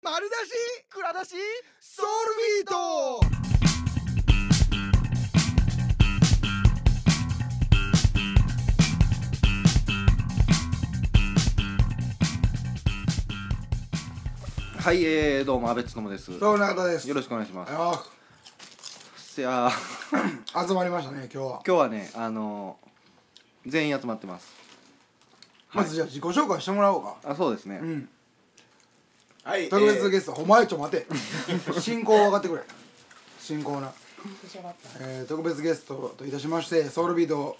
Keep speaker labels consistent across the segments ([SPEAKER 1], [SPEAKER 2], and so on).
[SPEAKER 1] 丸出し蔵出しソウルビート
[SPEAKER 2] はい、えー、どうも、阿部つともです。
[SPEAKER 1] どうも中田です
[SPEAKER 2] よろしくお願いします。
[SPEAKER 1] あ
[SPEAKER 2] いや ー
[SPEAKER 1] あ集まりましたね今日は
[SPEAKER 2] 今日はね、あのー全員集まってます。
[SPEAKER 1] まずじゃあ自己紹介してもらおうか
[SPEAKER 2] あ、そうですね。
[SPEAKER 1] うん
[SPEAKER 3] はい、
[SPEAKER 1] 特別
[SPEAKER 3] えー
[SPEAKER 1] ゲスト、お前ちょ待て 進行を分かってくれ進行な、えー特別ゲストといたしましてソウルビート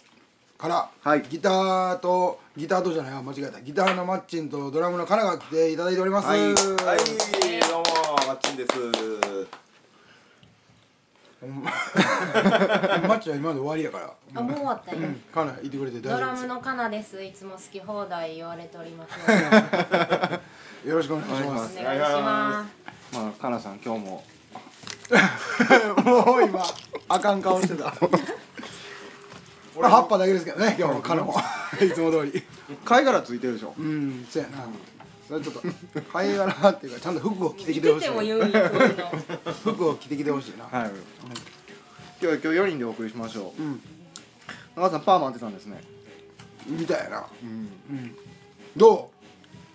[SPEAKER 1] から、
[SPEAKER 2] はい
[SPEAKER 1] ギターとギターとじゃないあ間違えたギターのマッチンとドラムのカナが来ていただいております、
[SPEAKER 2] はい
[SPEAKER 3] はい、どうも、マッチンです。
[SPEAKER 1] マッチンは今まで終わりやから
[SPEAKER 4] あ、もう終わったよ。
[SPEAKER 1] カナいてくれて
[SPEAKER 4] ド
[SPEAKER 1] 大丈夫
[SPEAKER 4] ラ
[SPEAKER 1] です
[SPEAKER 4] ム
[SPEAKER 1] よ
[SPEAKER 4] のカナです。いつも好き放題言われております。
[SPEAKER 1] よろしくお願いし
[SPEAKER 2] お願い
[SPEAKER 1] ま
[SPEAKER 4] お
[SPEAKER 2] し
[SPEAKER 1] す
[SPEAKER 4] 願いします。
[SPEAKER 2] まあ、かなさん、今日も。
[SPEAKER 1] もう今あかん顔してた俺葉っぱだけですけどね今日のカナも いつも通り
[SPEAKER 2] 貝殻ついてるでしょ。
[SPEAKER 1] うんそうやなそれちょっと貝殻っていうかちゃんと服を着てきて
[SPEAKER 4] 聞
[SPEAKER 1] ほ
[SPEAKER 4] い
[SPEAKER 1] しい
[SPEAKER 4] ても言うんや、こういうの。
[SPEAKER 1] 服を着てきてほしいな、
[SPEAKER 2] はい。今日は今日4人でお送りしましょう。
[SPEAKER 1] うん
[SPEAKER 2] 中田さん、パーマ当てたんですね。
[SPEAKER 1] みたいやな
[SPEAKER 2] うん。
[SPEAKER 1] どう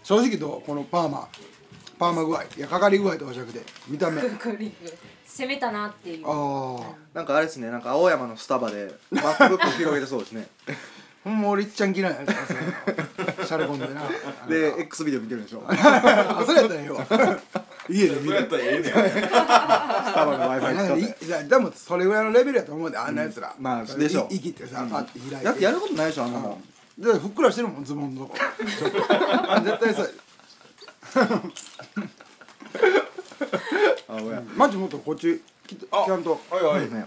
[SPEAKER 1] 正直どうこのパーマパーマ具合いやかかり具合とかじゃなくて見た目あ
[SPEAKER 4] クリフ。攻めたなっていう。
[SPEAKER 1] あ
[SPEAKER 2] なんかあれですね、なんか青山のスタバで、バックブック広げてそうです ね。
[SPEAKER 1] ほんま俺いっちゃん嫌いなんですよシャレ込んでな
[SPEAKER 2] で、X ビデオ見てるでしょ。
[SPEAKER 1] あそれやったらええわ家で
[SPEAKER 3] そ
[SPEAKER 1] 見
[SPEAKER 3] れや
[SPEAKER 1] る
[SPEAKER 3] ったらええねん。
[SPEAKER 2] スタバの Wi-Fi
[SPEAKER 1] なん
[SPEAKER 2] 使
[SPEAKER 1] か
[SPEAKER 2] っ
[SPEAKER 1] いいやでもそれぐらいのレベルやと思うであんなやつら、
[SPEAKER 2] まあでしょう
[SPEAKER 1] い息ってさパッて開い
[SPEAKER 2] て。
[SPEAKER 1] て
[SPEAKER 2] だってやることないでしょ、あんなもん。
[SPEAKER 1] だってふっくらしてるもんズボンのと こちょっと絶対さ
[SPEAKER 2] あ、おや。
[SPEAKER 1] マジもっとこっちきちゃんと
[SPEAKER 3] はいはい、
[SPEAKER 2] ね、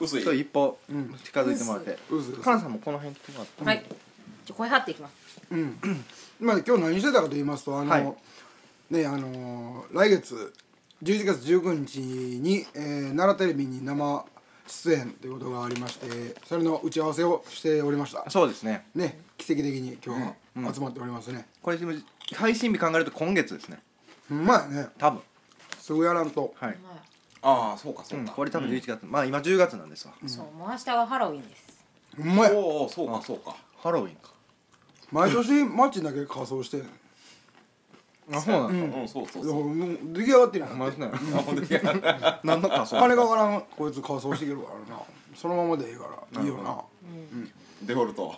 [SPEAKER 3] 薄
[SPEAKER 2] ちょ
[SPEAKER 3] い
[SPEAKER 2] っ。と一歩近づいてもらって。
[SPEAKER 1] うずうず
[SPEAKER 2] かなさんもこの辺来てもらって。
[SPEAKER 4] はい。じゃ、声張っていきます。
[SPEAKER 1] うん、まあ今日何してたかと言いますとあの、
[SPEAKER 2] はい
[SPEAKER 1] ねあの来月11月19日に、えー奈良テレビに生出演ということがありましてそれの打ち合わせをしておりました
[SPEAKER 2] そうですね
[SPEAKER 1] ね奇跡的に今
[SPEAKER 2] うん
[SPEAKER 1] 日
[SPEAKER 2] う
[SPEAKER 1] は
[SPEAKER 2] ん
[SPEAKER 1] 集まっておりますね、
[SPEAKER 2] これ配信日考えると今月ですね
[SPEAKER 1] ほんまやね
[SPEAKER 2] 多分
[SPEAKER 1] すぐやらんと
[SPEAKER 2] はい、、
[SPEAKER 3] ああ、そうか、そううんか。
[SPEAKER 2] これ多分11月、まあ今10月なんですわ
[SPEAKER 4] そう、もう明日がハロウィンです。
[SPEAKER 1] ほんまや
[SPEAKER 3] おお、そうか、そうか。
[SPEAKER 2] ハロウィンか
[SPEAKER 1] 毎年マッチンだけ仮装してん
[SPEAKER 2] あそうなんだ、
[SPEAKER 3] うん、そうそう
[SPEAKER 1] いや
[SPEAKER 3] そう。
[SPEAKER 1] もう出来上がってない
[SPEAKER 2] お前ですね
[SPEAKER 3] あ、ほんとに。
[SPEAKER 2] 何の仮装
[SPEAKER 1] 金がからんこいつ仮装してくるからなそのままでいいからいいよな
[SPEAKER 3] デフォルト。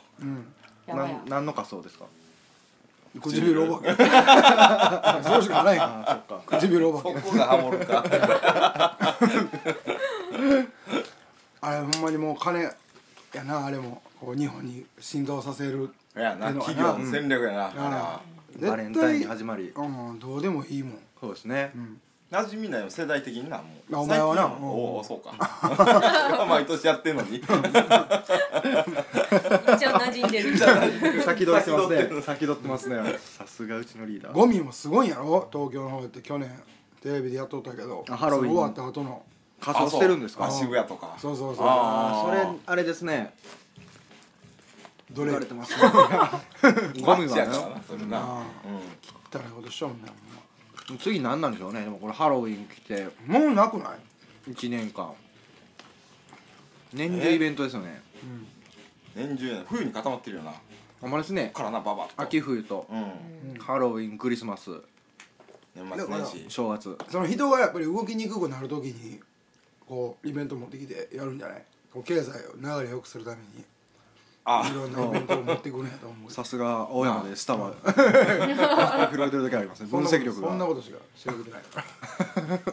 [SPEAKER 4] やばい
[SPEAKER 2] な
[SPEAKER 4] や
[SPEAKER 2] ん。何の仮装ですか
[SPEAKER 1] 唇 お化けそうしかないから
[SPEAKER 2] あそっか
[SPEAKER 1] 唇お
[SPEAKER 3] そ
[SPEAKER 1] 化け
[SPEAKER 3] こがハモるか。
[SPEAKER 1] あれほんまにもう金やなあれもこう日本に浸透させる
[SPEAKER 3] いやな、企業の戦略やな。あ
[SPEAKER 2] バレンタインに始まり
[SPEAKER 1] うんどうでもいいもん
[SPEAKER 2] そうですね、
[SPEAKER 3] れ馴染みないよ、世代的にな、もう。
[SPEAKER 1] あお前はな
[SPEAKER 3] 最近
[SPEAKER 1] うん
[SPEAKER 3] おお、そうか。 毎年やってんのに。
[SPEAKER 4] 一応馴染んで る。
[SPEAKER 2] 先取りしてますね先取ってますねさすがうちのリーダー
[SPEAKER 1] ゴミもすごいんやろ東京の方って去年テレビでやっとったけど
[SPEAKER 2] あハロウィン
[SPEAKER 1] 終わった後の
[SPEAKER 2] 仮装してるんです
[SPEAKER 3] あ
[SPEAKER 2] か
[SPEAKER 3] そうあ渋谷とか。
[SPEAKER 1] そうそうそう
[SPEAKER 2] あ
[SPEAKER 3] あ
[SPEAKER 2] そ
[SPEAKER 3] あ、
[SPEAKER 2] れあれですね
[SPEAKER 1] どれ
[SPEAKER 2] 言わ
[SPEAKER 1] やっ
[SPEAKER 2] れてますね ゴミ
[SPEAKER 3] マッチや
[SPEAKER 2] はね
[SPEAKER 3] からな、それな。
[SPEAKER 1] たらことしょんな
[SPEAKER 2] 次何なんでしょうねでもこれハロウィン来て
[SPEAKER 1] ほんまもうなくない
[SPEAKER 2] 1年間年中イベントですよね
[SPEAKER 3] 年中やな、冬に固まってるよな。
[SPEAKER 2] あんまですね
[SPEAKER 3] からな、ババッと。
[SPEAKER 2] 秋冬と
[SPEAKER 3] うん。
[SPEAKER 2] ハロウィンクリスマス
[SPEAKER 3] 年末年始。
[SPEAKER 2] 正月
[SPEAKER 1] その人がやっぱり動きにくくなるときにこうイベント持ってきてやるんじゃないこう経済を流れ良くするためにい
[SPEAKER 3] ああ。
[SPEAKER 1] ろんなイベントを持ってくるんやと 思う
[SPEAKER 2] さすが青山でスタバ 振られてるだけありますね分
[SPEAKER 1] そ
[SPEAKER 2] 析
[SPEAKER 1] んなこと
[SPEAKER 2] 力が
[SPEAKER 1] そんなことしか調べてないか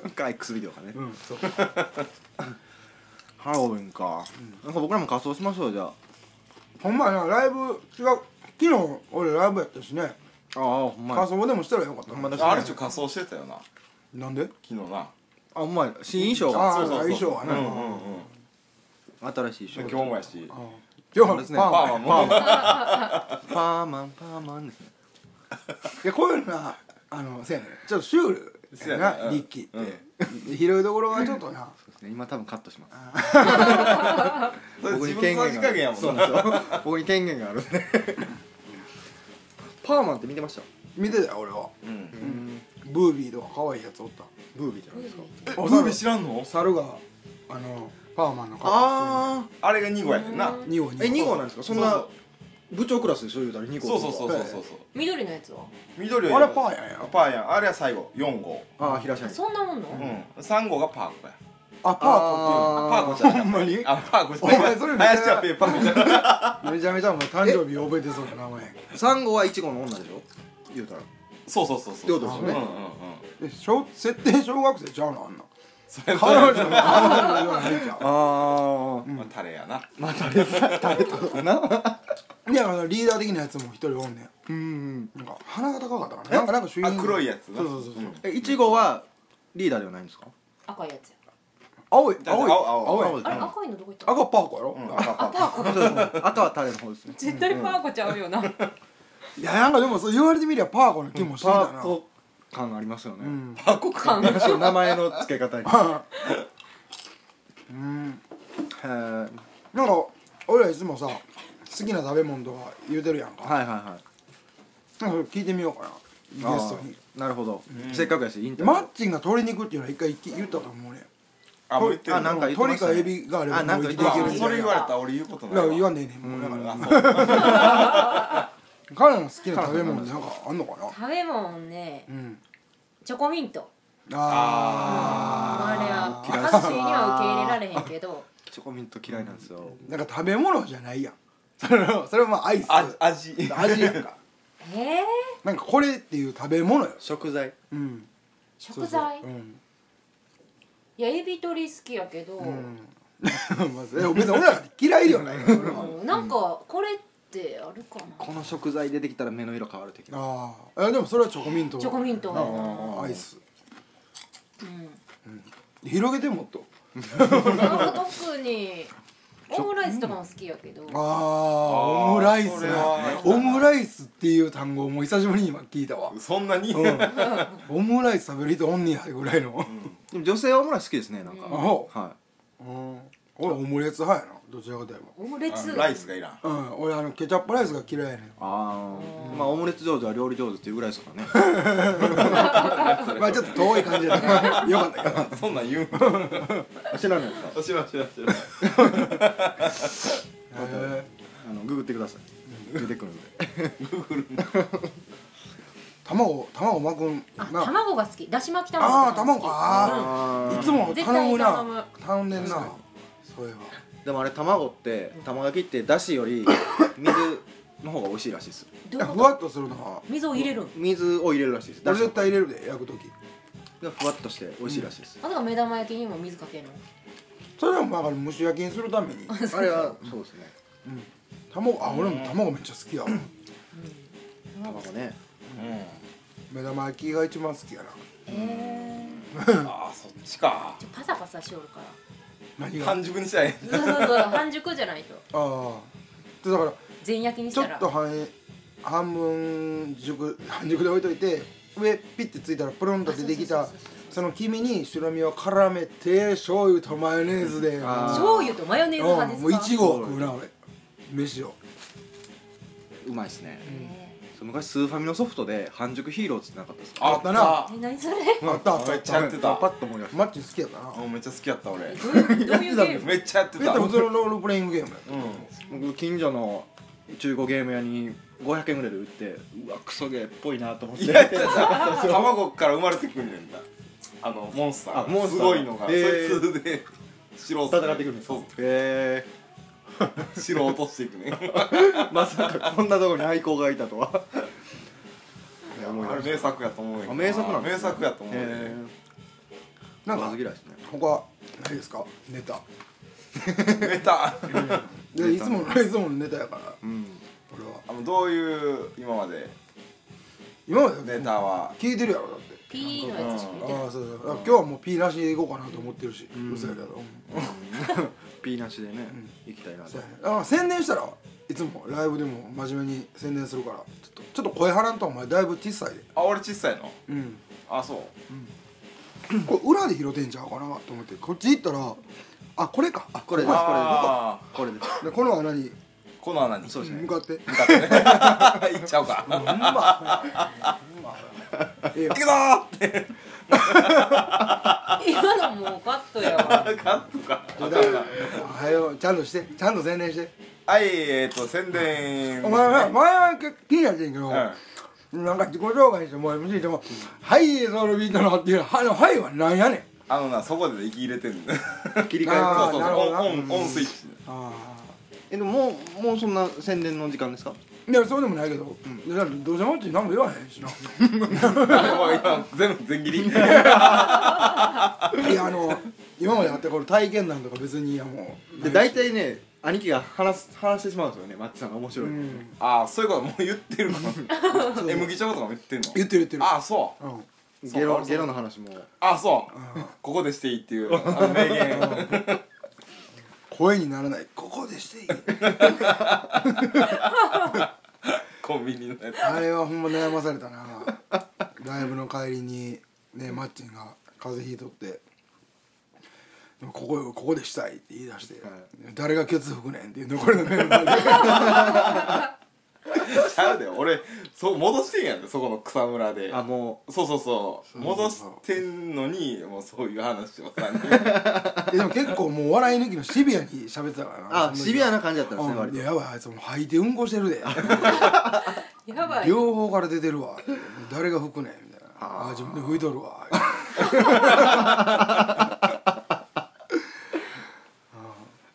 [SPEAKER 1] ら
[SPEAKER 2] か X ビデオかね
[SPEAKER 1] うんそう
[SPEAKER 2] ハロウィンかなんか僕らも仮装しましょうじゃあ
[SPEAKER 1] ほんまやなライブ違う昨日俺ライブやったしね
[SPEAKER 2] ああほんまや
[SPEAKER 1] 仮装でもしたらよかったな
[SPEAKER 3] あれちょ仮装してたよな
[SPEAKER 1] なんで
[SPEAKER 3] 昨日な
[SPEAKER 2] あほんまや新衣装が
[SPEAKER 1] あー衣装はな
[SPEAKER 3] うんうんうん
[SPEAKER 2] 新しい衣
[SPEAKER 3] 今日
[SPEAKER 2] 装
[SPEAKER 3] もやし
[SPEAKER 1] 今
[SPEAKER 2] そうで
[SPEAKER 1] 日
[SPEAKER 2] すね
[SPEAKER 1] はパ
[SPEAKER 3] パ
[SPEAKER 1] ー
[SPEAKER 3] ー
[SPEAKER 1] マ
[SPEAKER 3] マも
[SPEAKER 2] パーマンパーマンですね
[SPEAKER 1] いやこういうのはあのせやねちょっとシュールや
[SPEAKER 3] せやねう
[SPEAKER 1] なんリッキー って拾いどころがちょっとな
[SPEAKER 2] そうですね今多分カットします
[SPEAKER 3] それ自分のさじ加減やも
[SPEAKER 2] そうん
[SPEAKER 3] な
[SPEAKER 2] ですよ僕に権限があるんで パーマンって見てました
[SPEAKER 1] 見てたよ俺は
[SPEAKER 3] うん
[SPEAKER 1] うんブービーとか可愛いやつおった
[SPEAKER 2] ブービーじゃないですか
[SPEAKER 3] えブービー知らんの
[SPEAKER 1] 猿があのパーマンの格好
[SPEAKER 2] あ
[SPEAKER 3] あれが2号やってんな
[SPEAKER 1] してる2号
[SPEAKER 2] あえ二号なんですかそん
[SPEAKER 3] そ
[SPEAKER 2] な
[SPEAKER 3] う
[SPEAKER 2] 部長クラスでしょ言うたら2号
[SPEAKER 3] そうそうそうそうそう
[SPEAKER 4] 緑のやつは
[SPEAKER 3] 緑は
[SPEAKER 1] あれパーやんや
[SPEAKER 3] パーやんあれは最後4号
[SPEAKER 2] ああ平社員
[SPEAKER 4] そんなもんの、
[SPEAKER 3] うん3号がパーコや
[SPEAKER 1] あ
[SPEAKER 3] パー
[SPEAKER 1] パーコ
[SPEAKER 3] コ
[SPEAKER 1] って
[SPEAKER 3] ち
[SPEAKER 1] いうのパーコ
[SPEAKER 3] ゃ
[SPEAKER 1] ほ
[SPEAKER 3] ん
[SPEAKER 1] んまに
[SPEAKER 3] あパーコちゃん
[SPEAKER 1] お前それめっちゃ
[SPEAKER 3] 林家ペーパーみたいな
[SPEAKER 1] めちゃめちゃお前誕生日覚えてそうな名前
[SPEAKER 2] 3号は1号の女でしょ言うたら
[SPEAKER 3] そうそうそうそう
[SPEAKER 2] ってことですよね
[SPEAKER 3] うんうんうん
[SPEAKER 1] え小設定小学生ちゃうのあんな
[SPEAKER 3] それ
[SPEAKER 1] 彼女の彼女ではないじゃん
[SPEAKER 2] あ
[SPEAKER 3] まあタレやな
[SPEAKER 1] いやあのリーダー的なやつも一人おんねん
[SPEAKER 2] あうん
[SPEAKER 1] なんか鼻が高かったからなんかなんか主
[SPEAKER 3] あ黒いやつな
[SPEAKER 1] そうそうそうそう
[SPEAKER 2] え1号はリーダーではないんですか
[SPEAKER 4] 赤いやつや
[SPEAKER 1] 青い
[SPEAKER 3] じゃあ
[SPEAKER 1] 青い
[SPEAKER 3] 青青
[SPEAKER 1] 青い
[SPEAKER 2] 青です
[SPEAKER 4] あれ
[SPEAKER 2] ね
[SPEAKER 4] 赤いのどこ行った
[SPEAKER 1] 赤パーコやろ、
[SPEAKER 3] うん赤パーコ
[SPEAKER 2] そうですね赤はタレの方ですね
[SPEAKER 4] 絶対パーコちゃうよな、
[SPEAKER 1] いやなんかでもそう言われてみりゃパーコの気もしてき
[SPEAKER 2] パ
[SPEAKER 1] た
[SPEAKER 2] ー
[SPEAKER 1] な、
[SPEAKER 2] コ感ありますよね、
[SPEAKER 1] うん
[SPEAKER 3] パーコか
[SPEAKER 4] 感
[SPEAKER 2] その名前の付け方 にへ
[SPEAKER 1] うん
[SPEAKER 2] えはい
[SPEAKER 1] なんか俺らいつもさ好きな食べ物とか言うてるやんか
[SPEAKER 2] はいはい
[SPEAKER 1] なんかそれ聞いてみようかなゲストに
[SPEAKER 2] あーなるほど、せっかくやしインタビュ
[SPEAKER 1] マ
[SPEAKER 2] ー
[SPEAKER 1] ッチンが鶏肉っていうのは一回言ったと思うねん
[SPEAKER 3] あもう言ってる
[SPEAKER 2] あなんか言ってま
[SPEAKER 1] 鶏
[SPEAKER 2] した
[SPEAKER 1] か
[SPEAKER 2] ね
[SPEAKER 1] エビがあれば
[SPEAKER 2] あなん
[SPEAKER 1] もう
[SPEAKER 2] か
[SPEAKER 1] 生き
[SPEAKER 2] 言
[SPEAKER 1] てい
[SPEAKER 2] っ
[SPEAKER 1] け
[SPEAKER 2] て
[SPEAKER 1] る
[SPEAKER 2] ま
[SPEAKER 3] あ
[SPEAKER 2] し
[SPEAKER 1] みたいな
[SPEAKER 3] それ言われたら俺言うこと
[SPEAKER 1] だ
[SPEAKER 3] な
[SPEAKER 1] か
[SPEAKER 3] い
[SPEAKER 1] ら言わ
[SPEAKER 3] ん
[SPEAKER 1] んでええねんもうだから
[SPEAKER 3] あ
[SPEAKER 1] 彼らの好きな食べ物ってなんかあんのかな
[SPEAKER 4] 食べ物ね
[SPEAKER 1] うん
[SPEAKER 4] チョコミントあれ
[SPEAKER 1] あ
[SPEAKER 4] は
[SPEAKER 1] ー
[SPEAKER 4] 私には受け入れられへんけど
[SPEAKER 2] チョコミント嫌いなんですよ
[SPEAKER 1] なんか食べ物じゃないやんそれはそれはまあアイス
[SPEAKER 3] そうあ味
[SPEAKER 1] 味やん か
[SPEAKER 4] えー、
[SPEAKER 1] なんかこれっていう食べ物よ
[SPEAKER 2] 食材
[SPEAKER 1] うん
[SPEAKER 4] 食材
[SPEAKER 1] そうそううん
[SPEAKER 4] いやエビ取り好きやけど、
[SPEAKER 1] うん、 まあそれ別に俺らが嫌いではないからそれは
[SPEAKER 4] うんなんかこれってあるかな、
[SPEAKER 2] この食材出てきたら目の色変わる的な
[SPEAKER 1] ああえでもそれはチョコミント
[SPEAKER 4] チョコミント
[SPEAKER 1] あーアイス
[SPEAKER 4] うん
[SPEAKER 1] 広げてもっと
[SPEAKER 4] なんか特にオムライスとかも好きやけど
[SPEAKER 1] ああオムライス
[SPEAKER 3] それ
[SPEAKER 1] な
[SPEAKER 3] は
[SPEAKER 1] オムライスっていう単語をもう久しぶりに今聞いたわ、
[SPEAKER 3] そんなに
[SPEAKER 1] うん、オムライス食べる人おんねやぐらいの、
[SPEAKER 2] でも女性はオムライス好きですねなんか、
[SPEAKER 1] あほ
[SPEAKER 2] は
[SPEAKER 1] う、うん、俺オムレツ派やなどちらかといえ
[SPEAKER 4] オムレツ
[SPEAKER 3] ライスがいらん
[SPEAKER 1] ばうん俺あのケチャップライスが嫌いやねん
[SPEAKER 2] いああまあオムレツ上手は料理上手っていうぐらいです からね
[SPEAKER 1] まあちょっと遠い感じだからよかったけど
[SPEAKER 3] そんなん言うん
[SPEAKER 2] 知らないですか
[SPEAKER 3] 知らん知らん知らん
[SPEAKER 1] へー
[SPEAKER 2] あのググってください出てくるん で
[SPEAKER 1] 卵卵巻くん
[SPEAKER 4] あ
[SPEAKER 1] な
[SPEAKER 4] 卵が好きだし巻き卵
[SPEAKER 1] ああー
[SPEAKER 4] とか
[SPEAKER 1] 卵
[SPEAKER 4] も好き
[SPEAKER 1] かあ
[SPEAKER 2] あ
[SPEAKER 1] ーい
[SPEAKER 2] ー
[SPEAKER 1] つも
[SPEAKER 4] 絶
[SPEAKER 1] 頼む
[SPEAKER 4] 対
[SPEAKER 1] な
[SPEAKER 4] 頼む
[SPEAKER 1] 頼んでんなそういえば
[SPEAKER 2] でもあれ卵って卵焼きってだしよ り水の方が美味しいらしいです
[SPEAKER 4] どう
[SPEAKER 1] いや
[SPEAKER 4] いう
[SPEAKER 1] ふ
[SPEAKER 4] こ
[SPEAKER 1] わっとするの
[SPEAKER 4] と水を入れるん
[SPEAKER 2] 水を入れるらしいです
[SPEAKER 1] 俺
[SPEAKER 2] だし
[SPEAKER 1] 絶対入れるで焼く時
[SPEAKER 2] がふわっとして美味しいらしいです、
[SPEAKER 4] あとは目玉焼きにも水かけるの
[SPEAKER 1] それはまあ蒸し焼きにするために
[SPEAKER 2] あれはそうですね
[SPEAKER 1] 卵あ俺も卵めっちゃ好きやわ
[SPEAKER 2] 卵ね
[SPEAKER 1] 目玉焼きが一番好きやな
[SPEAKER 4] え
[SPEAKER 3] ああそっちか
[SPEAKER 4] ー、パサパサしよるから
[SPEAKER 1] 何があ
[SPEAKER 3] 半熟にしたい
[SPEAKER 4] ずー っと半熟じゃないと
[SPEAKER 1] あーだから
[SPEAKER 4] 全焼きにし
[SPEAKER 1] ちょ
[SPEAKER 4] たら
[SPEAKER 1] っと半半分熟半熟で置いといて上ピッてついたらプルンと出てき
[SPEAKER 4] あ
[SPEAKER 1] た
[SPEAKER 4] そうそうそう
[SPEAKER 1] その黄身に白身を絡めて醤油とマヨネーズで
[SPEAKER 2] あ
[SPEAKER 4] 醤油とマヨネーズ派で
[SPEAKER 1] う
[SPEAKER 4] す
[SPEAKER 1] ん
[SPEAKER 4] か
[SPEAKER 1] もういちごを食うな俺飯を
[SPEAKER 2] うまいですね、
[SPEAKER 4] え
[SPEAKER 2] そう昔スーファミのソフトで半熟ヒーローっつってなかったですか
[SPEAKER 1] あったな
[SPEAKER 4] ーえ何それ
[SPEAKER 1] あったあった
[SPEAKER 3] めっちゃやってた
[SPEAKER 2] パッと思い出した
[SPEAKER 1] マッチ好きやったな
[SPEAKER 3] うんめっちゃ好きやった俺
[SPEAKER 4] どういうどういうゲーム
[SPEAKER 3] めっちゃやって
[SPEAKER 1] えったと
[SPEAKER 3] う
[SPEAKER 1] 普通のロールプレイングゲームや
[SPEAKER 3] ん
[SPEAKER 2] 僕近所の中古ゲーム屋に500円ぐらいで売ってうわクソゲーっぽいなと思って
[SPEAKER 3] いやじゃさ卵から生まれてくんねんだあのモンスター
[SPEAKER 2] あモンスター
[SPEAKER 3] すごいのがそ
[SPEAKER 2] へ
[SPEAKER 3] い
[SPEAKER 2] ー
[SPEAKER 3] つで白を
[SPEAKER 2] 戦ってくるんです
[SPEAKER 3] そう
[SPEAKER 2] へ
[SPEAKER 3] 白を落としていくね
[SPEAKER 2] え まさかこんなとこに愛好がいたと はいや思い
[SPEAKER 3] あ
[SPEAKER 2] 出
[SPEAKER 3] れ名作やと思うよ
[SPEAKER 2] あ名作なんですね
[SPEAKER 3] 名作やと思うよ
[SPEAKER 2] へえな
[SPEAKER 1] な
[SPEAKER 2] んんか
[SPEAKER 1] か
[SPEAKER 2] 好きですね
[SPEAKER 1] 他ないですかネタ
[SPEAKER 3] ネタ
[SPEAKER 1] でいつものいつものネタやから
[SPEAKER 2] うん
[SPEAKER 1] 俺は
[SPEAKER 3] あのどういう今まで
[SPEAKER 1] 今まで
[SPEAKER 3] ネタは
[SPEAKER 1] 聞いてるやろだって
[SPEAKER 4] ピーのやつしか見てない
[SPEAKER 1] ああそうそう今日はもう P なしでいこうかなと思ってるし嘘やけど
[SPEAKER 2] ピーナッシュでね行きたいなと
[SPEAKER 1] そうやねだから宣伝したらいつもライブでも真面目に宣伝するからちょっとちょっと声張らんとお前だいぶ小さいで
[SPEAKER 3] あ俺小さいの
[SPEAKER 1] うん
[SPEAKER 3] あそう
[SPEAKER 1] これ裏で拾ってんちゃうかなと思ってこっち行ったらあこれかあ
[SPEAKER 2] これです
[SPEAKER 3] あ
[SPEAKER 2] これですこれ
[SPEAKER 1] でこの穴に
[SPEAKER 3] ーこの穴に
[SPEAKER 2] そうですね
[SPEAKER 1] 向かって
[SPEAKER 3] 向かってね行っちゃうか
[SPEAKER 1] ほんまええよ
[SPEAKER 3] 行くぞーって
[SPEAKER 4] 今のもうカットやわ
[SPEAKER 3] カットか
[SPEAKER 1] ちょっとはよちゃんとしてちゃんと宣伝して
[SPEAKER 3] はいえっ、と宣伝
[SPEAKER 1] お前は前は気になってんけど、
[SPEAKER 3] うん
[SPEAKER 1] なんか自己紹介しても MC でも「はいソウルビートの」っていうあの「はい」はなんやねん
[SPEAKER 3] あのなそこで息入れてんの
[SPEAKER 2] 切り替え
[SPEAKER 1] あー
[SPEAKER 3] そうそう
[SPEAKER 1] なるほどな
[SPEAKER 3] オンオンオンスイッチ
[SPEAKER 1] あ
[SPEAKER 2] えでももうもうそんな宣伝の時間ですか
[SPEAKER 1] あいやそうでもないけど、でだってどうせもっち何も言わへ んしな
[SPEAKER 3] もう今全部全切り
[SPEAKER 1] いやあの今まであったこの体験談とか別にいやもう
[SPEAKER 2] で大体ね兄貴が話す話してしまうんですよねマッチさんが面
[SPEAKER 1] う
[SPEAKER 2] 白い、
[SPEAKER 1] ん
[SPEAKER 3] ああそういうこともう言ってるの
[SPEAKER 1] そう
[SPEAKER 3] え麦茶とかも言ってんの
[SPEAKER 1] 言ってる言ってる
[SPEAKER 3] ああそう
[SPEAKER 1] うん
[SPEAKER 2] ゲ
[SPEAKER 3] そう
[SPEAKER 2] ロ
[SPEAKER 3] そう
[SPEAKER 2] ゲロの話も
[SPEAKER 3] ああそうここでしていいっていうあの名言
[SPEAKER 1] 声にならないここでしていい
[SPEAKER 3] コンビニのやつ
[SPEAKER 1] あれはほんま悩まされたなライブの帰りにねマッチンが風邪ひいとってでもここよここでしたいって言い出して、
[SPEAKER 2] はい
[SPEAKER 1] 誰がケツ吹くねんっていう残りのメンバーで
[SPEAKER 3] ちゃうで俺そう戻してんやんそこの草むらで
[SPEAKER 2] あも
[SPEAKER 3] そうそうそう
[SPEAKER 1] そうそう
[SPEAKER 3] 戻
[SPEAKER 1] そう
[SPEAKER 3] してんのにもうそういう話をさ い
[SPEAKER 1] えでも結構もう笑い抜きのシビアに喋ってたから
[SPEAKER 2] うあ
[SPEAKER 1] その時は
[SPEAKER 2] シビアな感じだったんですね
[SPEAKER 1] うん
[SPEAKER 2] 割
[SPEAKER 1] い
[SPEAKER 2] と
[SPEAKER 1] ややばいあいつもう吐いてうんこしてるで
[SPEAKER 4] やばい
[SPEAKER 1] 両方から出てるわ誰が吹くねんみたいなああ自分で吹いとるわ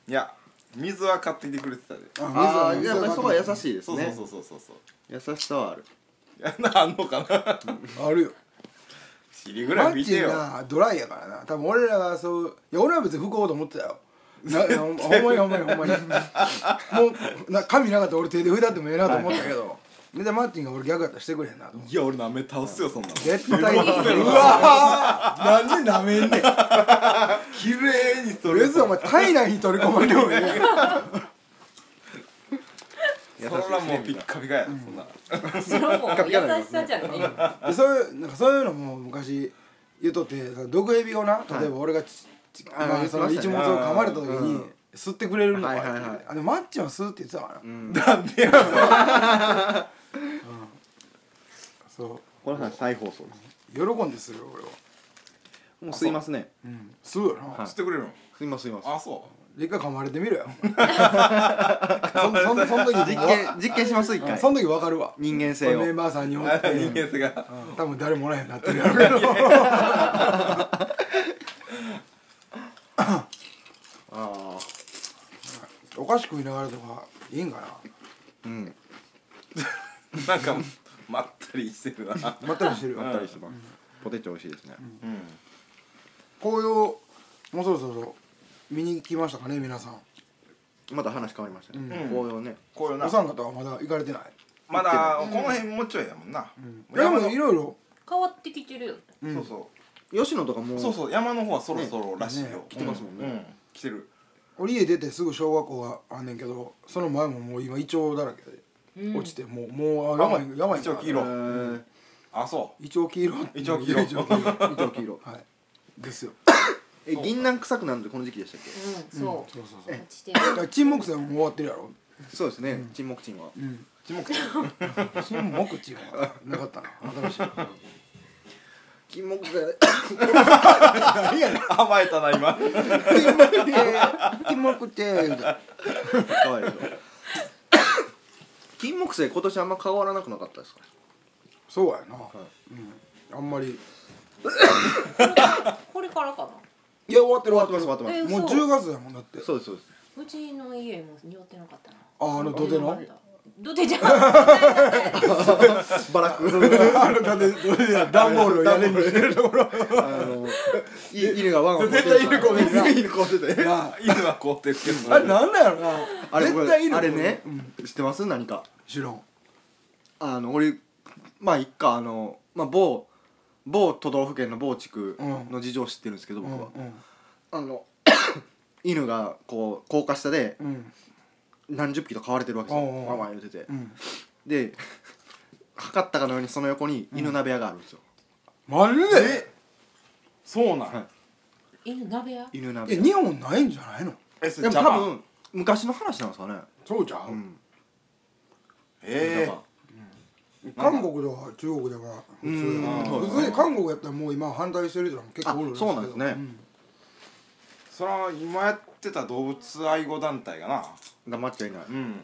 [SPEAKER 3] や水は買ってきてくれてたで
[SPEAKER 2] ああ
[SPEAKER 1] 水
[SPEAKER 2] や
[SPEAKER 1] は
[SPEAKER 2] っぱりそこは優しいです
[SPEAKER 3] そう
[SPEAKER 2] ね
[SPEAKER 3] そうそうそうそう
[SPEAKER 2] 優しさはある
[SPEAKER 3] いやなあんのかな
[SPEAKER 1] あるよ
[SPEAKER 3] 尻ぐ
[SPEAKER 1] マ
[SPEAKER 3] らい
[SPEAKER 1] ッ
[SPEAKER 3] 見
[SPEAKER 1] チ
[SPEAKER 3] て
[SPEAKER 1] ン
[SPEAKER 3] よ
[SPEAKER 1] がドライやからな多分俺らがそういや俺は別に吹こうと思ってたよなほんほんまにほんまにほんまにもうな髪なかったら俺手で拭いたってもええなと思ったけど、でマッチンが俺逆やったらしてくれへんなと思って
[SPEAKER 3] いや俺なめ倒すよそんなの
[SPEAKER 1] 絶対にうわーなんでなめんねん
[SPEAKER 3] 綺麗にそれ
[SPEAKER 1] 別にお前体内に取り込まれてもええ
[SPEAKER 2] 優しい
[SPEAKER 1] やん
[SPEAKER 3] そらもうピッカピカやそんな
[SPEAKER 4] それはもう優しさじゃね
[SPEAKER 1] でそういうなんかそういうのも昔言うとってその毒蛇をな例えば俺がち、ち
[SPEAKER 2] あ
[SPEAKER 1] まあ、
[SPEAKER 2] 言ってました
[SPEAKER 1] そ
[SPEAKER 2] ね
[SPEAKER 1] の一物を噛まれた時
[SPEAKER 2] う
[SPEAKER 1] に
[SPEAKER 2] ん
[SPEAKER 1] 吸ってくれるの
[SPEAKER 2] は
[SPEAKER 1] か、
[SPEAKER 2] いはいはい
[SPEAKER 1] あでもマッチンは吸うって言ってたから、
[SPEAKER 2] うん
[SPEAKER 3] なんでや
[SPEAKER 1] そう
[SPEAKER 2] この話再放送で
[SPEAKER 1] 喜んでするよ俺は、
[SPEAKER 2] すもう吸いますね
[SPEAKER 1] うん、吸うよな、
[SPEAKER 2] はい
[SPEAKER 3] 知ってくれるの
[SPEAKER 2] 吸います吸います
[SPEAKER 3] あそう
[SPEAKER 1] 一回噛まれてみろよそんそんそん時
[SPEAKER 2] 実験実験します一
[SPEAKER 1] うん
[SPEAKER 2] 回
[SPEAKER 1] その時分かるわ
[SPEAKER 2] 人間性
[SPEAKER 1] 俺メン
[SPEAKER 2] を
[SPEAKER 1] バーさんに本っ
[SPEAKER 3] あ
[SPEAKER 1] て
[SPEAKER 3] 人間性が
[SPEAKER 1] うん多分誰もおらへんようになってるやろうけど
[SPEAKER 2] ああ
[SPEAKER 1] お菓子食いながらとかいいんか
[SPEAKER 2] うん
[SPEAKER 3] なんかまったりしてるな
[SPEAKER 1] なまったりしてるよ
[SPEAKER 2] まったりしてますポテチ美味しいですね
[SPEAKER 3] うん
[SPEAKER 1] 紅葉もうそろそろ見に来ましたかね皆さん
[SPEAKER 2] まだ話変わりました
[SPEAKER 3] う
[SPEAKER 2] ね
[SPEAKER 3] ん
[SPEAKER 2] 紅葉ね
[SPEAKER 3] こういう
[SPEAKER 1] お
[SPEAKER 3] な
[SPEAKER 1] 三方はまだ行かれてない
[SPEAKER 3] まだこの辺もうちょいやもんな、
[SPEAKER 1] いやで
[SPEAKER 3] 山
[SPEAKER 1] も
[SPEAKER 3] の
[SPEAKER 1] いろいろ
[SPEAKER 4] 変わってきてるよ
[SPEAKER 1] うん
[SPEAKER 3] そうそ
[SPEAKER 2] 吉野とかも
[SPEAKER 3] う
[SPEAKER 2] う
[SPEAKER 3] そうそう山の方はそろそろらしいよ、
[SPEAKER 1] ね
[SPEAKER 2] 来てますもんね
[SPEAKER 3] う来てる
[SPEAKER 1] 俺家出てすぐ小学校があんねんけどその前ももう今イチョウだらけで落ちてもうもうあやばいやばい
[SPEAKER 3] イチョウ黄
[SPEAKER 2] へ
[SPEAKER 3] 色
[SPEAKER 2] ー
[SPEAKER 3] あそう
[SPEAKER 1] イチョウ黄色
[SPEAKER 3] イチョウ黄色
[SPEAKER 1] イチョウ黄色
[SPEAKER 2] 一応黄 色
[SPEAKER 1] はいですよ
[SPEAKER 2] え銀杏臭くなるのこの時期でしたっ
[SPEAKER 4] うんそ
[SPEAKER 1] そうそう
[SPEAKER 4] う
[SPEAKER 1] そう
[SPEAKER 4] 落ちてる
[SPEAKER 1] だから沈黙戦も終わってるやろ
[SPEAKER 2] けそうですね沈黙沈は
[SPEAKER 1] うん
[SPEAKER 3] 樹木ち
[SPEAKER 1] 沈黙っていうのがなかったな新しい
[SPEAKER 2] 沈 黙沈
[SPEAKER 1] 何やねん
[SPEAKER 3] 甘えたな今
[SPEAKER 1] 沈黙って沈黙って言うて
[SPEAKER 2] かわいいでしょ金木犀今年あんま変わらなくなかったですか
[SPEAKER 1] そうやなうんあんまり
[SPEAKER 4] これからか
[SPEAKER 1] いや終わってる
[SPEAKER 2] 終
[SPEAKER 1] 終
[SPEAKER 2] わ
[SPEAKER 1] わ
[SPEAKER 2] っ
[SPEAKER 1] ってて
[SPEAKER 2] ま
[SPEAKER 1] ますす
[SPEAKER 2] 終わってます
[SPEAKER 4] え
[SPEAKER 1] もう10月
[SPEAKER 4] ーそう
[SPEAKER 1] やもんだって
[SPEAKER 2] そうですそうです
[SPEAKER 4] なうちの家も匂ってなかったな
[SPEAKER 1] ああの土手 の
[SPEAKER 4] 土手じ ゃんあ
[SPEAKER 2] バラ ク
[SPEAKER 1] あのだってそれで段ボールを屋根にしてるところ
[SPEAKER 2] あのい犬がワンワン
[SPEAKER 1] 絶対犬こうです
[SPEAKER 2] 犬こうしてて
[SPEAKER 1] なあ
[SPEAKER 3] 犬は凍ってるけど
[SPEAKER 1] あれなんだよな
[SPEAKER 2] あれ
[SPEAKER 1] 絶対いいの
[SPEAKER 2] あれね
[SPEAKER 1] うん
[SPEAKER 2] 知ってます何か
[SPEAKER 1] 知らん
[SPEAKER 2] あの俺まあ一家あのまあ某某都道府県の某地区の事情を知ってるんですけど
[SPEAKER 1] う
[SPEAKER 2] 僕は
[SPEAKER 1] んうん
[SPEAKER 2] あの 犬がこう高架下で
[SPEAKER 1] うん
[SPEAKER 2] 何十匹と飼われてるわけですよ
[SPEAKER 1] おうおう
[SPEAKER 2] ワンワン言うてて
[SPEAKER 1] うん
[SPEAKER 2] で測ったかのようにその横に犬鍋屋があるんですよ
[SPEAKER 1] マジで
[SPEAKER 3] そうなん、
[SPEAKER 2] はい
[SPEAKER 4] 犬鍋や
[SPEAKER 2] 犬鍋
[SPEAKER 1] え
[SPEAKER 2] 屋
[SPEAKER 1] 日本ないんじゃないの
[SPEAKER 3] えそ
[SPEAKER 2] で
[SPEAKER 3] れ
[SPEAKER 2] も
[SPEAKER 3] ジャ
[SPEAKER 2] 多
[SPEAKER 3] パン
[SPEAKER 2] 分昔の話なんですかね。
[SPEAKER 1] そうじゃ
[SPEAKER 2] うんん。
[SPEAKER 3] ええ
[SPEAKER 1] 韓国とか中国では普通やな
[SPEAKER 3] うん
[SPEAKER 1] 普通に韓国やったらもう今反対してる人も結構おるらしいけど
[SPEAKER 2] あそうなんですね
[SPEAKER 3] それは今やってた動物愛護団体がな
[SPEAKER 2] 黙っちゃいない
[SPEAKER 3] うん
[SPEAKER 1] うん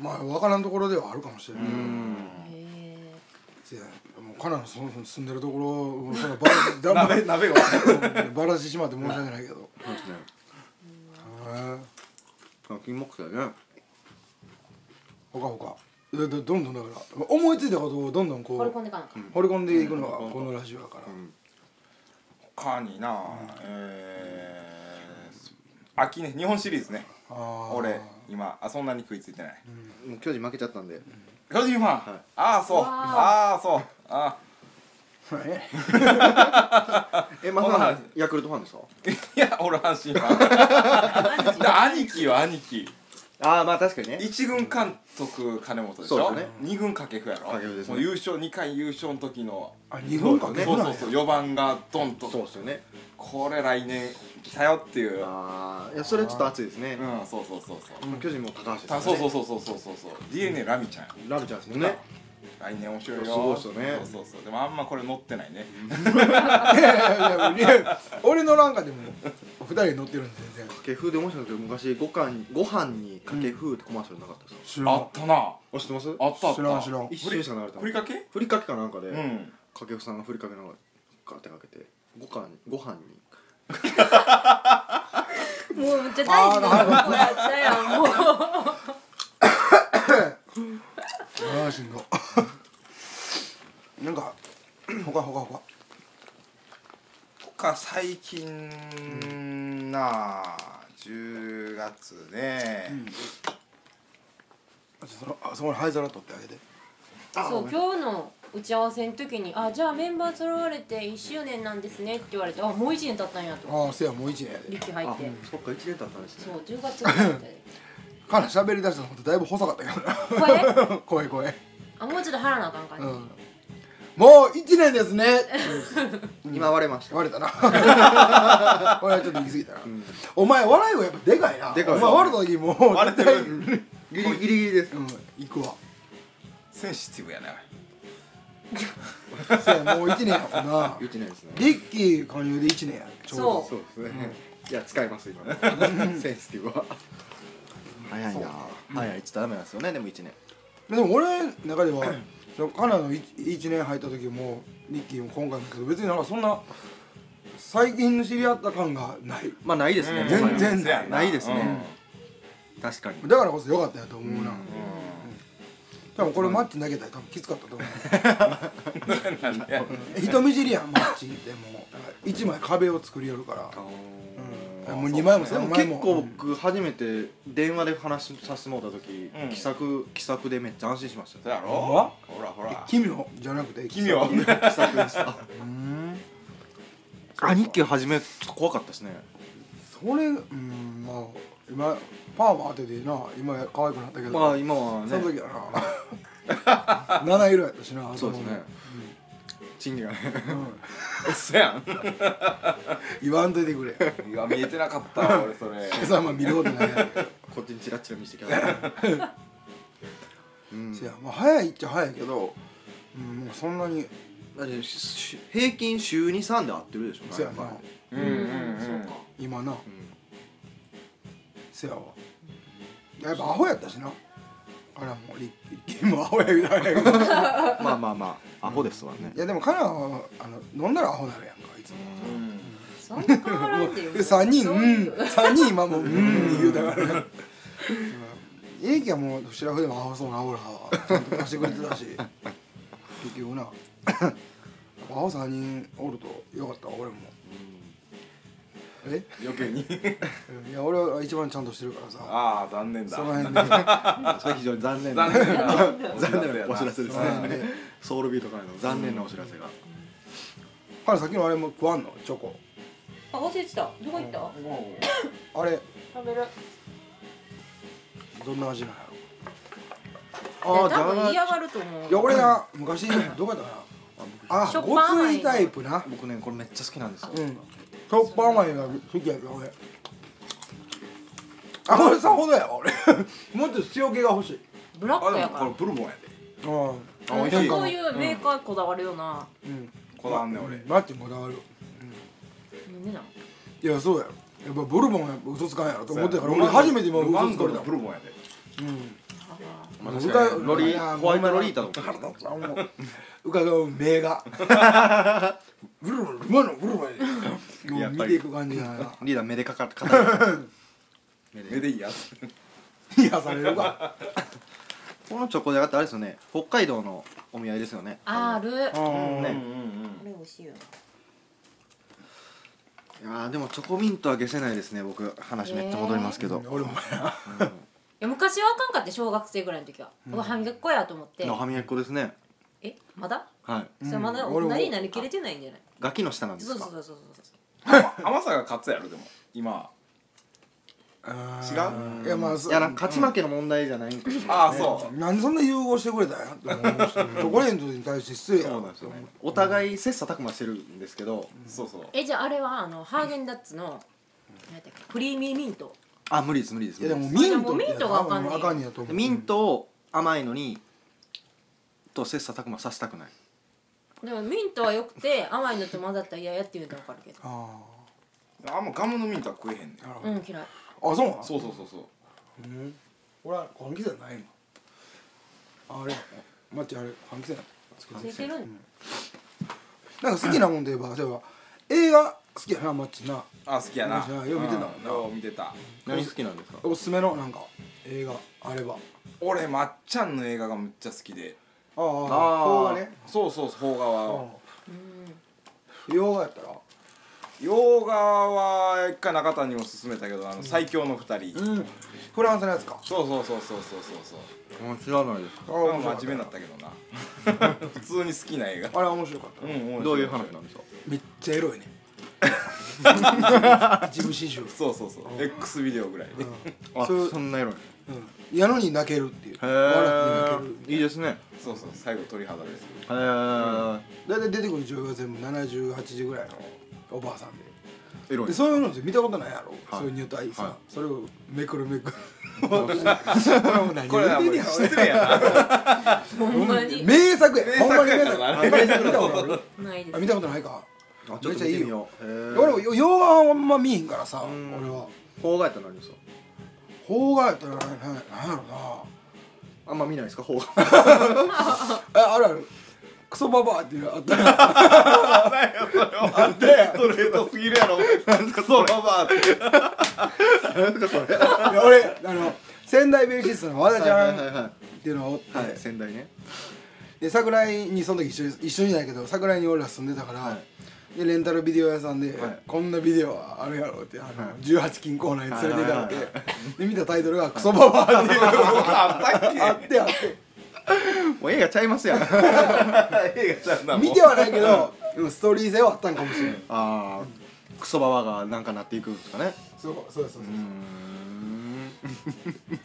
[SPEAKER 1] まあ分からんところではあるかもしれないけど
[SPEAKER 4] へ
[SPEAKER 1] せやもうカナのその住んでるところをそのバラ
[SPEAKER 3] 鍋鍋が
[SPEAKER 1] バラしてしまって申し訳ないけど
[SPEAKER 2] そうですね
[SPEAKER 1] へえ
[SPEAKER 2] あ金木犀ね
[SPEAKER 1] ほかほかどどどんどんだから思いついたことをどんどんこ
[SPEAKER 4] ー
[SPEAKER 1] う
[SPEAKER 4] 惚れ込んでかなか
[SPEAKER 1] 掘り込んでいくのがこのラジオやから、
[SPEAKER 3] 他にな、えー、秋ね日本シリーズね
[SPEAKER 1] ああ
[SPEAKER 3] 俺今あそんなに食いついてない
[SPEAKER 2] もう巨人負けちゃったんで
[SPEAKER 3] 巨人ファン、
[SPEAKER 2] はい
[SPEAKER 3] ああそう
[SPEAKER 4] わー
[SPEAKER 3] ああそうあ
[SPEAKER 1] え
[SPEAKER 2] えま
[SPEAKER 3] こんな話
[SPEAKER 2] だヤクルトファンですか
[SPEAKER 3] あいや俺阪神ファン
[SPEAKER 4] ら
[SPEAKER 3] で兄貴よ兄貴
[SPEAKER 2] ああまあ確かにね
[SPEAKER 3] 一軍監督金本でし
[SPEAKER 2] そ
[SPEAKER 3] ょ
[SPEAKER 2] うですね
[SPEAKER 3] 二軍掛布やろ
[SPEAKER 2] 掛布ですね
[SPEAKER 3] もう優勝二回優勝の時の
[SPEAKER 1] あ日本か
[SPEAKER 3] そう
[SPEAKER 1] ね
[SPEAKER 3] そうそう四番がドンと
[SPEAKER 2] そうですよね
[SPEAKER 3] これ来年来たよっていう
[SPEAKER 2] ああいやそれはちょっと熱いですね
[SPEAKER 3] うんそうそうそうそう
[SPEAKER 2] 巨人も高橋です
[SPEAKER 3] た
[SPEAKER 2] ね
[SPEAKER 3] そうそうそうそうそうそうそう DNA ラミちゃん
[SPEAKER 2] ラブちゃんですもんね
[SPEAKER 3] 来年面白いよ
[SPEAKER 2] すごいっすよね
[SPEAKER 3] そうそうそうでもあんまこれ乗ってないね
[SPEAKER 1] いやいやいやいや俺のなんかでも二人乗ってるんで全然
[SPEAKER 2] 掛布で面白いけど昔ご飯にご飯に掛布ってコマーシャルなかったですか
[SPEAKER 1] 知ら
[SPEAKER 3] あ
[SPEAKER 1] ん
[SPEAKER 3] ったな
[SPEAKER 2] あ知ってます
[SPEAKER 3] あったあっ
[SPEAKER 1] 知
[SPEAKER 3] た
[SPEAKER 1] らん知らん
[SPEAKER 2] 一瞬しか流れて
[SPEAKER 3] ふり
[SPEAKER 2] ない
[SPEAKER 3] かけ
[SPEAKER 2] ふりかけかなんかで
[SPEAKER 3] うん
[SPEAKER 2] 掛布さんがふりかけなんかガってかけてご飯にご飯に
[SPEAKER 4] もうめっちゃ大事なとこやったやんもう
[SPEAKER 1] ああしんどなんかほかほかほか
[SPEAKER 3] とか最近なあ10月ね
[SPEAKER 1] あそのあそこに灰皿取ってあげて
[SPEAKER 4] そう今日の打ち合わせの時に「あじゃあメンバー揃われて1周年なんですね」って言われて「あもう1年経ったんや」と
[SPEAKER 1] ああせやもう一年やで
[SPEAKER 4] 力入
[SPEAKER 2] あ
[SPEAKER 4] って
[SPEAKER 2] そっか一年経ったんです
[SPEAKER 4] そ
[SPEAKER 2] ね
[SPEAKER 4] う10月ぐらいだったで
[SPEAKER 1] カナ喋り出したのほんとだいぶ細かったけどな
[SPEAKER 4] これ
[SPEAKER 1] 怖い怖い
[SPEAKER 4] あもうちょっと腹なあかんか
[SPEAKER 1] う
[SPEAKER 4] ね、
[SPEAKER 1] んもう一年ですね
[SPEAKER 2] 今割れました
[SPEAKER 1] 割れたな これはちょっと行き過ぎたな、お前笑いはやっぱでかいな
[SPEAKER 2] でかい
[SPEAKER 1] お前笑った時もう
[SPEAKER 3] 割れて
[SPEAKER 1] 絶対
[SPEAKER 3] る
[SPEAKER 2] ギリギリギリです
[SPEAKER 1] うん行くわ
[SPEAKER 3] センシティブやね
[SPEAKER 1] せやもう一年やもんな
[SPEAKER 2] 一年ですね
[SPEAKER 1] リッキー加入で一年やちょうど
[SPEAKER 4] そ
[SPEAKER 2] そうですねいや使います 今のセンシティブは早いな早いちょっとダメなんですよねでも一年
[SPEAKER 1] でも俺の中では そのカナの 1, 年入った時もリッキーも今回もだけど別になんかそんな最近知り合った感がない
[SPEAKER 2] まあないですね
[SPEAKER 3] うん
[SPEAKER 1] 全
[SPEAKER 2] もはや
[SPEAKER 1] 然
[SPEAKER 3] せや
[SPEAKER 2] ないですね確かに
[SPEAKER 1] だからこそ良かったやと思うな、
[SPEAKER 3] うん
[SPEAKER 1] 多分これマッチ投げたら多分きつかったと思う
[SPEAKER 3] うんいや
[SPEAKER 1] 人見知りやんマッチってもう1枚壁を作りよるから、うん、もう2枚も
[SPEAKER 2] でも
[SPEAKER 1] 3枚
[SPEAKER 2] 結
[SPEAKER 1] も
[SPEAKER 2] 構僕初めて電話で話しさせてもらった時、
[SPEAKER 3] うん
[SPEAKER 2] 気さく気さくでめっちゃ安心しまし
[SPEAKER 3] そ
[SPEAKER 2] た
[SPEAKER 3] や
[SPEAKER 1] ほん
[SPEAKER 3] ろ
[SPEAKER 1] ま
[SPEAKER 3] ほらほら
[SPEAKER 1] 奇妙じゃなくて
[SPEAKER 3] 奇妙
[SPEAKER 2] 気さくでしたあ日記初めちょっと怖かったですね
[SPEAKER 1] それうんまあ今パーマ当ててな今可愛くなったけど、
[SPEAKER 2] まあ今は
[SPEAKER 1] その
[SPEAKER 2] ね
[SPEAKER 1] 時はな七色やったしな
[SPEAKER 2] そうですね
[SPEAKER 1] 頭も
[SPEAKER 2] 賃金がね
[SPEAKER 3] そやん
[SPEAKER 1] 言わんといてくれ
[SPEAKER 3] いや見えてなかったわ俺それ
[SPEAKER 1] 今朝も見ることないやろうけど
[SPEAKER 2] こっちにチラチラ見せてき たうん
[SPEAKER 1] せやまあ早いっちゃ早いけど、うん、もうそんなに
[SPEAKER 2] だってしし平均週23で合ってるでしょ
[SPEAKER 1] せや
[SPEAKER 2] な
[SPEAKER 1] な
[SPEAKER 2] んか
[SPEAKER 3] うんうんうん
[SPEAKER 4] そうか
[SPEAKER 1] 今な、
[SPEAKER 2] ん
[SPEAKER 1] せやわやっぱアホやったしなあらもうリッキーもアホやみたいやけ どい
[SPEAKER 2] まあまあまあアホですわね
[SPEAKER 1] やでもカナはあの飲んだらアホなるやんかいつも
[SPEAKER 3] うん
[SPEAKER 4] そんな変わらんでよ
[SPEAKER 1] で3人「
[SPEAKER 4] そう
[SPEAKER 1] う
[SPEAKER 4] い
[SPEAKER 1] ん
[SPEAKER 4] う」
[SPEAKER 1] 3人今も「うん」言うたからな英樹はもう白筆もアホそうなオーラはちゃんと出してくれてたし結局なやっぱアホ3人おるとよかったわ俺もえ
[SPEAKER 3] 余計に
[SPEAKER 1] いや俺は一番ちゃんとしてるからさ
[SPEAKER 3] ああ残念だ
[SPEAKER 1] その辺で
[SPEAKER 2] それ非常に残念な
[SPEAKER 3] 残念だ
[SPEAKER 2] 残念なお知らせですね
[SPEAKER 1] 残念だ
[SPEAKER 2] ソウルビートからの残念なお知らせが
[SPEAKER 1] ほらさっきのあれも食わんのチョコ
[SPEAKER 4] あ忘れてたどこ行った
[SPEAKER 1] あれ
[SPEAKER 4] 食べる
[SPEAKER 1] どんな味なんや
[SPEAKER 4] 多
[SPEAKER 2] ーじゃ
[SPEAKER 4] 分
[SPEAKER 2] あ
[SPEAKER 4] 嫌がると思
[SPEAKER 1] ろいうや俺が昔どこやったかなあ
[SPEAKER 4] しょっ
[SPEAKER 1] ご
[SPEAKER 4] ぱ
[SPEAKER 1] つ
[SPEAKER 4] い
[SPEAKER 1] いタイプな
[SPEAKER 2] 僕ねこれめっちゃ好きなんですよ
[SPEAKER 1] うん。トップ甘いが好きやけど俺。あ、俺さほどやわ俺。もっと塩気が欲しい。
[SPEAKER 4] ブラッ
[SPEAKER 3] あ
[SPEAKER 4] ク
[SPEAKER 3] で
[SPEAKER 4] や
[SPEAKER 3] も
[SPEAKER 4] から
[SPEAKER 3] これブルボンやで
[SPEAKER 1] うん。
[SPEAKER 3] あ美味しい
[SPEAKER 4] そういうメーカーこだわるよな、
[SPEAKER 1] うん
[SPEAKER 3] こだわんね俺
[SPEAKER 1] マッチンこだわる
[SPEAKER 4] なんでなん
[SPEAKER 1] いやそうやろやっぱブルボンはやっぱ嘘つかんやろと思ってたから
[SPEAKER 3] そうや
[SPEAKER 1] 俺初めて今
[SPEAKER 3] ルマ
[SPEAKER 1] 嘘
[SPEAKER 3] ン
[SPEAKER 1] つか
[SPEAKER 3] ド
[SPEAKER 1] れ
[SPEAKER 3] の
[SPEAKER 1] た
[SPEAKER 3] ブルボンやで
[SPEAKER 2] まあ確かにロリホワイトロリータのこと
[SPEAKER 1] 腹立つなもう伺う目がブルブル今のブルブルも
[SPEAKER 2] やっ
[SPEAKER 1] う見
[SPEAKER 2] ぱり
[SPEAKER 1] ていく感じがな
[SPEAKER 2] リーダー目でかかって 肩に目で
[SPEAKER 3] 目でいいやつ
[SPEAKER 1] 癒されるわ
[SPEAKER 2] このチョコでがってあれですよね北海道のお見合いですよね
[SPEAKER 4] あるこ
[SPEAKER 1] うん
[SPEAKER 2] ね
[SPEAKER 4] れ美味しいよない
[SPEAKER 2] やーでもチョコミントは消せないですね僕話めっちゃ戻りますけど、
[SPEAKER 1] 俺もや
[SPEAKER 4] や昔はあかんかって小学生ぐらいの時は、うわ歯磨き粉やと思って
[SPEAKER 2] の歯磨き粉ですね
[SPEAKER 4] えまだ
[SPEAKER 2] はい
[SPEAKER 4] それまだ
[SPEAKER 1] うん俺も
[SPEAKER 4] 何々切れてないんじゃない
[SPEAKER 2] ガキの下なんです
[SPEAKER 4] そ
[SPEAKER 2] か
[SPEAKER 4] うそうそうそうそ
[SPEAKER 3] 甘さが勝つやろでも今
[SPEAKER 1] あ
[SPEAKER 3] 違
[SPEAKER 1] ー
[SPEAKER 3] う
[SPEAKER 1] いやまあそ
[SPEAKER 2] いやなんか勝ち負けの問題じゃないんかもしれない
[SPEAKER 3] ああそ
[SPEAKER 1] なんでそんな融合してくれたんやって思うしチョコレートに対して失礼や
[SPEAKER 2] そうなんですよねお互い切磋琢磨してるんですけど
[SPEAKER 3] うそうそう
[SPEAKER 4] うえじゃああれはあのハーゲンダッツの何やったっけクリーミーミント
[SPEAKER 2] あ無理です無理です
[SPEAKER 1] いやでも
[SPEAKER 2] 無理
[SPEAKER 1] ミントって
[SPEAKER 4] でもミントがあかんねん
[SPEAKER 1] あかんねやと
[SPEAKER 2] で
[SPEAKER 1] 思う
[SPEAKER 2] すミントを甘いのにと切磋琢磨させたくない
[SPEAKER 4] でもミントはよくて甘いのと混ざったら嫌やって言うの分かるけど
[SPEAKER 1] あ
[SPEAKER 3] あんまガムのミントは食えへんねん
[SPEAKER 1] あなるほ
[SPEAKER 4] う
[SPEAKER 1] ど
[SPEAKER 4] ん嫌い
[SPEAKER 1] あそうなん
[SPEAKER 3] そうそうそうそう
[SPEAKER 1] うん俺は換気扇ないのあれ待ってあれ換気扇つけ
[SPEAKER 4] ついてるん
[SPEAKER 1] なんか好きなもんで言えば例えば映画好きやなマッチな
[SPEAKER 3] あ好きやな
[SPEAKER 1] よう見てたもんな
[SPEAKER 3] うよう見てた
[SPEAKER 2] 何好きなんですか
[SPEAKER 1] おすすめのなんか映画あればあ
[SPEAKER 3] 俺まっちゃんの映画がめっちゃ好きで
[SPEAKER 1] あ邦
[SPEAKER 2] あー
[SPEAKER 1] 画ね
[SPEAKER 3] そうそうそう邦画は
[SPEAKER 1] 洋画やったら
[SPEAKER 3] 洋画は一回中谷も勧めたけどあの最強の二人
[SPEAKER 1] うんフランスのやつか
[SPEAKER 3] そうそうそうそうそうそうそう
[SPEAKER 2] うん知らないです
[SPEAKER 1] ああ
[SPEAKER 3] これは
[SPEAKER 1] 面白か
[SPEAKER 3] 真面目だったけどな 普通に好きな映画
[SPEAKER 1] あれは面白かった
[SPEAKER 3] ん
[SPEAKER 2] どういう話なんですか
[SPEAKER 1] めっちゃエロ いね一部始終
[SPEAKER 3] そうそうそう X ビデオぐらい
[SPEAKER 2] あ
[SPEAKER 1] そう
[SPEAKER 2] そんな色に
[SPEAKER 1] うんやのに泣けるっていう
[SPEAKER 2] へ
[SPEAKER 1] 笑って泣ける
[SPEAKER 2] えいいですねへ
[SPEAKER 3] そうそう最後鳥肌です
[SPEAKER 2] えエ
[SPEAKER 1] 大体出てくる女優が全部7080ぐらいのおばあさんで
[SPEAKER 2] ロ
[SPEAKER 1] で
[SPEAKER 2] い
[SPEAKER 1] そういうのって見たことないやろ、
[SPEAKER 2] はい
[SPEAKER 1] そういうニュータイさ、
[SPEAKER 2] はい
[SPEAKER 1] それをめくるめくる これはもう何
[SPEAKER 3] これはも
[SPEAKER 1] 言
[SPEAKER 3] う
[SPEAKER 1] うてんねやろ
[SPEAKER 3] 失礼 やな
[SPEAKER 4] ほんまに
[SPEAKER 1] 名作やほんまに名作
[SPEAKER 3] 名
[SPEAKER 1] あ
[SPEAKER 3] 作
[SPEAKER 1] 名作見たことある
[SPEAKER 4] ないで
[SPEAKER 1] あ
[SPEAKER 4] す
[SPEAKER 1] 見たことないか
[SPEAKER 2] あちょ
[SPEAKER 1] め
[SPEAKER 2] っ
[SPEAKER 1] っ
[SPEAKER 2] と
[SPEAKER 1] ちゃ
[SPEAKER 2] 見て
[SPEAKER 1] いい
[SPEAKER 2] み
[SPEAKER 1] よ
[SPEAKER 2] ようへえ
[SPEAKER 1] 俺洋画はあんま見えへんからさ
[SPEAKER 2] ん
[SPEAKER 1] 俺は
[SPEAKER 2] 邦画やったら何ですか
[SPEAKER 1] 邦画やったら何やろな
[SPEAKER 2] あんま見ないですか 邦画
[SPEAKER 1] えあるあるクソババアっていうのあったら
[SPEAKER 3] あんたやストレートすぎるやろクソババアって
[SPEAKER 1] いや俺あの仙台ベーシストの和田ちゃ
[SPEAKER 2] はい
[SPEAKER 1] ん
[SPEAKER 2] はいは
[SPEAKER 1] っていうのがおって、
[SPEAKER 2] いはいはい仙台ね
[SPEAKER 1] で桜井にその時一緒に一緒にじゃないけど桜井に俺ら住んでたから、
[SPEAKER 2] は
[SPEAKER 1] でレンタルビデオ屋さんで、
[SPEAKER 2] はい
[SPEAKER 1] こんなビデオあるやろってあの、18金コーナーに連れて行か
[SPEAKER 2] はいはい
[SPEAKER 1] れて、で見たタイトルが「クソババア」っ ていうのが
[SPEAKER 3] あった
[SPEAKER 1] あ
[SPEAKER 3] っ
[SPEAKER 1] ってあって
[SPEAKER 2] もう映画ちゃいますやん
[SPEAKER 3] け映画ちゃんな
[SPEAKER 1] 見てはないけどでもストーリー性はあったんかもしれない
[SPEAKER 2] あークソババアがなんかなっていくんですかね
[SPEAKER 1] そうそうそうそう、
[SPEAKER 2] うーん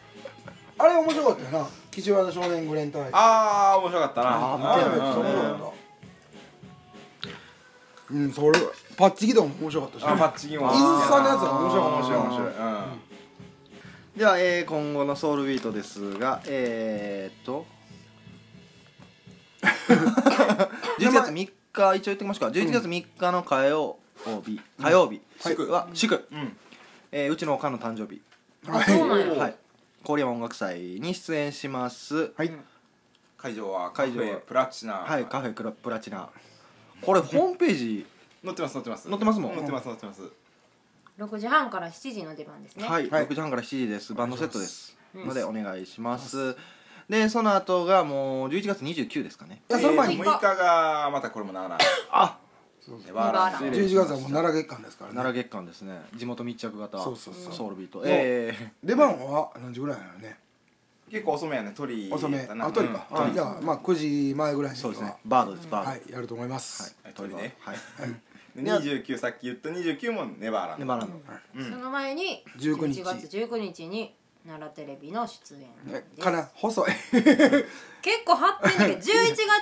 [SPEAKER 1] あれ面白かったよな岸和田少年グレンタイあ
[SPEAKER 3] ああ面白かったな
[SPEAKER 2] あー
[SPEAKER 1] あれ
[SPEAKER 2] 見
[SPEAKER 1] め
[SPEAKER 2] て
[SPEAKER 1] っ
[SPEAKER 2] な
[SPEAKER 1] ちゃ
[SPEAKER 2] い
[SPEAKER 1] 面白かったうんそれパッチギドンも面白かったし
[SPEAKER 3] あマッチギモ
[SPEAKER 1] 伊豆さんのやつは面白かった
[SPEAKER 3] 面白い面白いうん
[SPEAKER 2] では、えー、今後のソウルビートですがえー、っ と11月3日一応言っておきましょうか11月3日の火曜日火曜日
[SPEAKER 3] 祝
[SPEAKER 2] は祝、
[SPEAKER 3] うん
[SPEAKER 2] えーうちのおかんの誕生日
[SPEAKER 4] あそうなん
[SPEAKER 3] お
[SPEAKER 4] や
[SPEAKER 2] はい郡山音楽祭に出演します
[SPEAKER 1] はい
[SPEAKER 3] 会場はカフェ
[SPEAKER 2] 会場は
[SPEAKER 3] プラチナ
[SPEAKER 2] はい、カフェクラプラチナこれホームページ
[SPEAKER 3] 乗ってます乗ってます
[SPEAKER 2] 乗ってますもん
[SPEAKER 3] 乗ってます乗ってます
[SPEAKER 4] 6時半から7時の出番ですね
[SPEAKER 2] はい、
[SPEAKER 1] はい
[SPEAKER 2] 6時半から7時ですバンドセットです
[SPEAKER 4] うん
[SPEAKER 2] のでお願いしますでその後がもう11月29ですかね
[SPEAKER 1] いやその前
[SPEAKER 4] に
[SPEAKER 3] えー6日がまたこれもならない
[SPEAKER 2] あ
[SPEAKER 3] バーラン
[SPEAKER 1] 11月はもう奈良月間ですからね
[SPEAKER 2] 奈良月間ですね地元密着型
[SPEAKER 1] そうそうそう
[SPEAKER 2] ソウルビート
[SPEAKER 1] うん
[SPEAKER 2] え
[SPEAKER 1] 出番は何時ぐらいなのね
[SPEAKER 3] 結構遅めやね鳥
[SPEAKER 1] 遅め
[SPEAKER 3] やな
[SPEAKER 1] あとりか
[SPEAKER 3] うん
[SPEAKER 1] あじゃあまあ9時前ぐらい
[SPEAKER 2] ー
[SPEAKER 1] に
[SPEAKER 2] そうですね
[SPEAKER 1] は
[SPEAKER 2] バードですバ
[SPEAKER 1] は
[SPEAKER 2] ー
[SPEAKER 1] いやると思います
[SPEAKER 3] はい
[SPEAKER 2] ド
[SPEAKER 3] 鳥ね
[SPEAKER 2] はい
[SPEAKER 3] で29さっき言った29もネバーラン
[SPEAKER 2] で
[SPEAKER 3] ド
[SPEAKER 2] バーランド
[SPEAKER 4] その前に
[SPEAKER 1] 19日
[SPEAKER 4] 11月19日に奈良テレビの出演
[SPEAKER 1] ね
[SPEAKER 4] です
[SPEAKER 1] から細い
[SPEAKER 4] 結構張ってんだけど11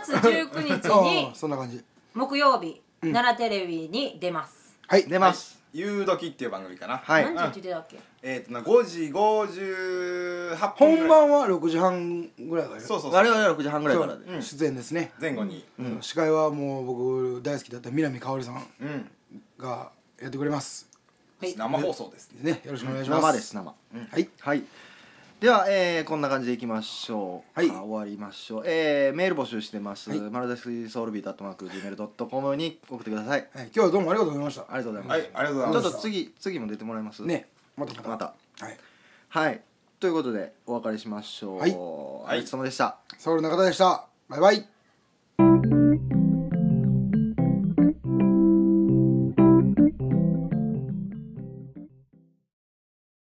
[SPEAKER 4] 月19日
[SPEAKER 1] あ
[SPEAKER 4] に
[SPEAKER 1] あそんな感じ
[SPEAKER 4] 木曜日奈良テレビに出ます
[SPEAKER 1] はい
[SPEAKER 2] 出ます
[SPEAKER 3] 夕時っていう番組かな。
[SPEAKER 2] はい、
[SPEAKER 4] 何時って言ってたっけ
[SPEAKER 3] えっ、とな5時58分ぐらい
[SPEAKER 1] 本番は6時半ぐらいから
[SPEAKER 3] そうそうそう
[SPEAKER 2] 我々は6時半ぐらいからで
[SPEAKER 3] うん
[SPEAKER 1] 出演ですね、
[SPEAKER 3] 前後に。
[SPEAKER 1] うん司会はもう僕大好きだった南かおりさん
[SPEAKER 3] うん。
[SPEAKER 1] がやってくれます
[SPEAKER 4] はい
[SPEAKER 3] 生放送ですね。
[SPEAKER 1] ねよろしくお願いします
[SPEAKER 2] 生です生
[SPEAKER 1] はい
[SPEAKER 2] はいでは、えーこんな感じでいきましょうか、
[SPEAKER 1] はい
[SPEAKER 2] 終わりましょう、えーメール募集してます、
[SPEAKER 1] はい
[SPEAKER 2] マルダスソウルビートアットマーク Gmail.com に送ってください
[SPEAKER 1] はい今日はどうもありがとうございました
[SPEAKER 2] ありがとうございま
[SPEAKER 3] は
[SPEAKER 2] す、
[SPEAKER 3] い、ありがとう
[SPEAKER 2] ちょ
[SPEAKER 3] ござい
[SPEAKER 2] っ
[SPEAKER 3] ま
[SPEAKER 2] と
[SPEAKER 3] す。
[SPEAKER 2] 次次も出てもらいます
[SPEAKER 1] ねまたまた
[SPEAKER 2] また
[SPEAKER 1] はい
[SPEAKER 2] はいということでお別れしましょう、
[SPEAKER 1] はい
[SPEAKER 2] お疲れ様でした、
[SPEAKER 1] ソウル中田でしたバイバイ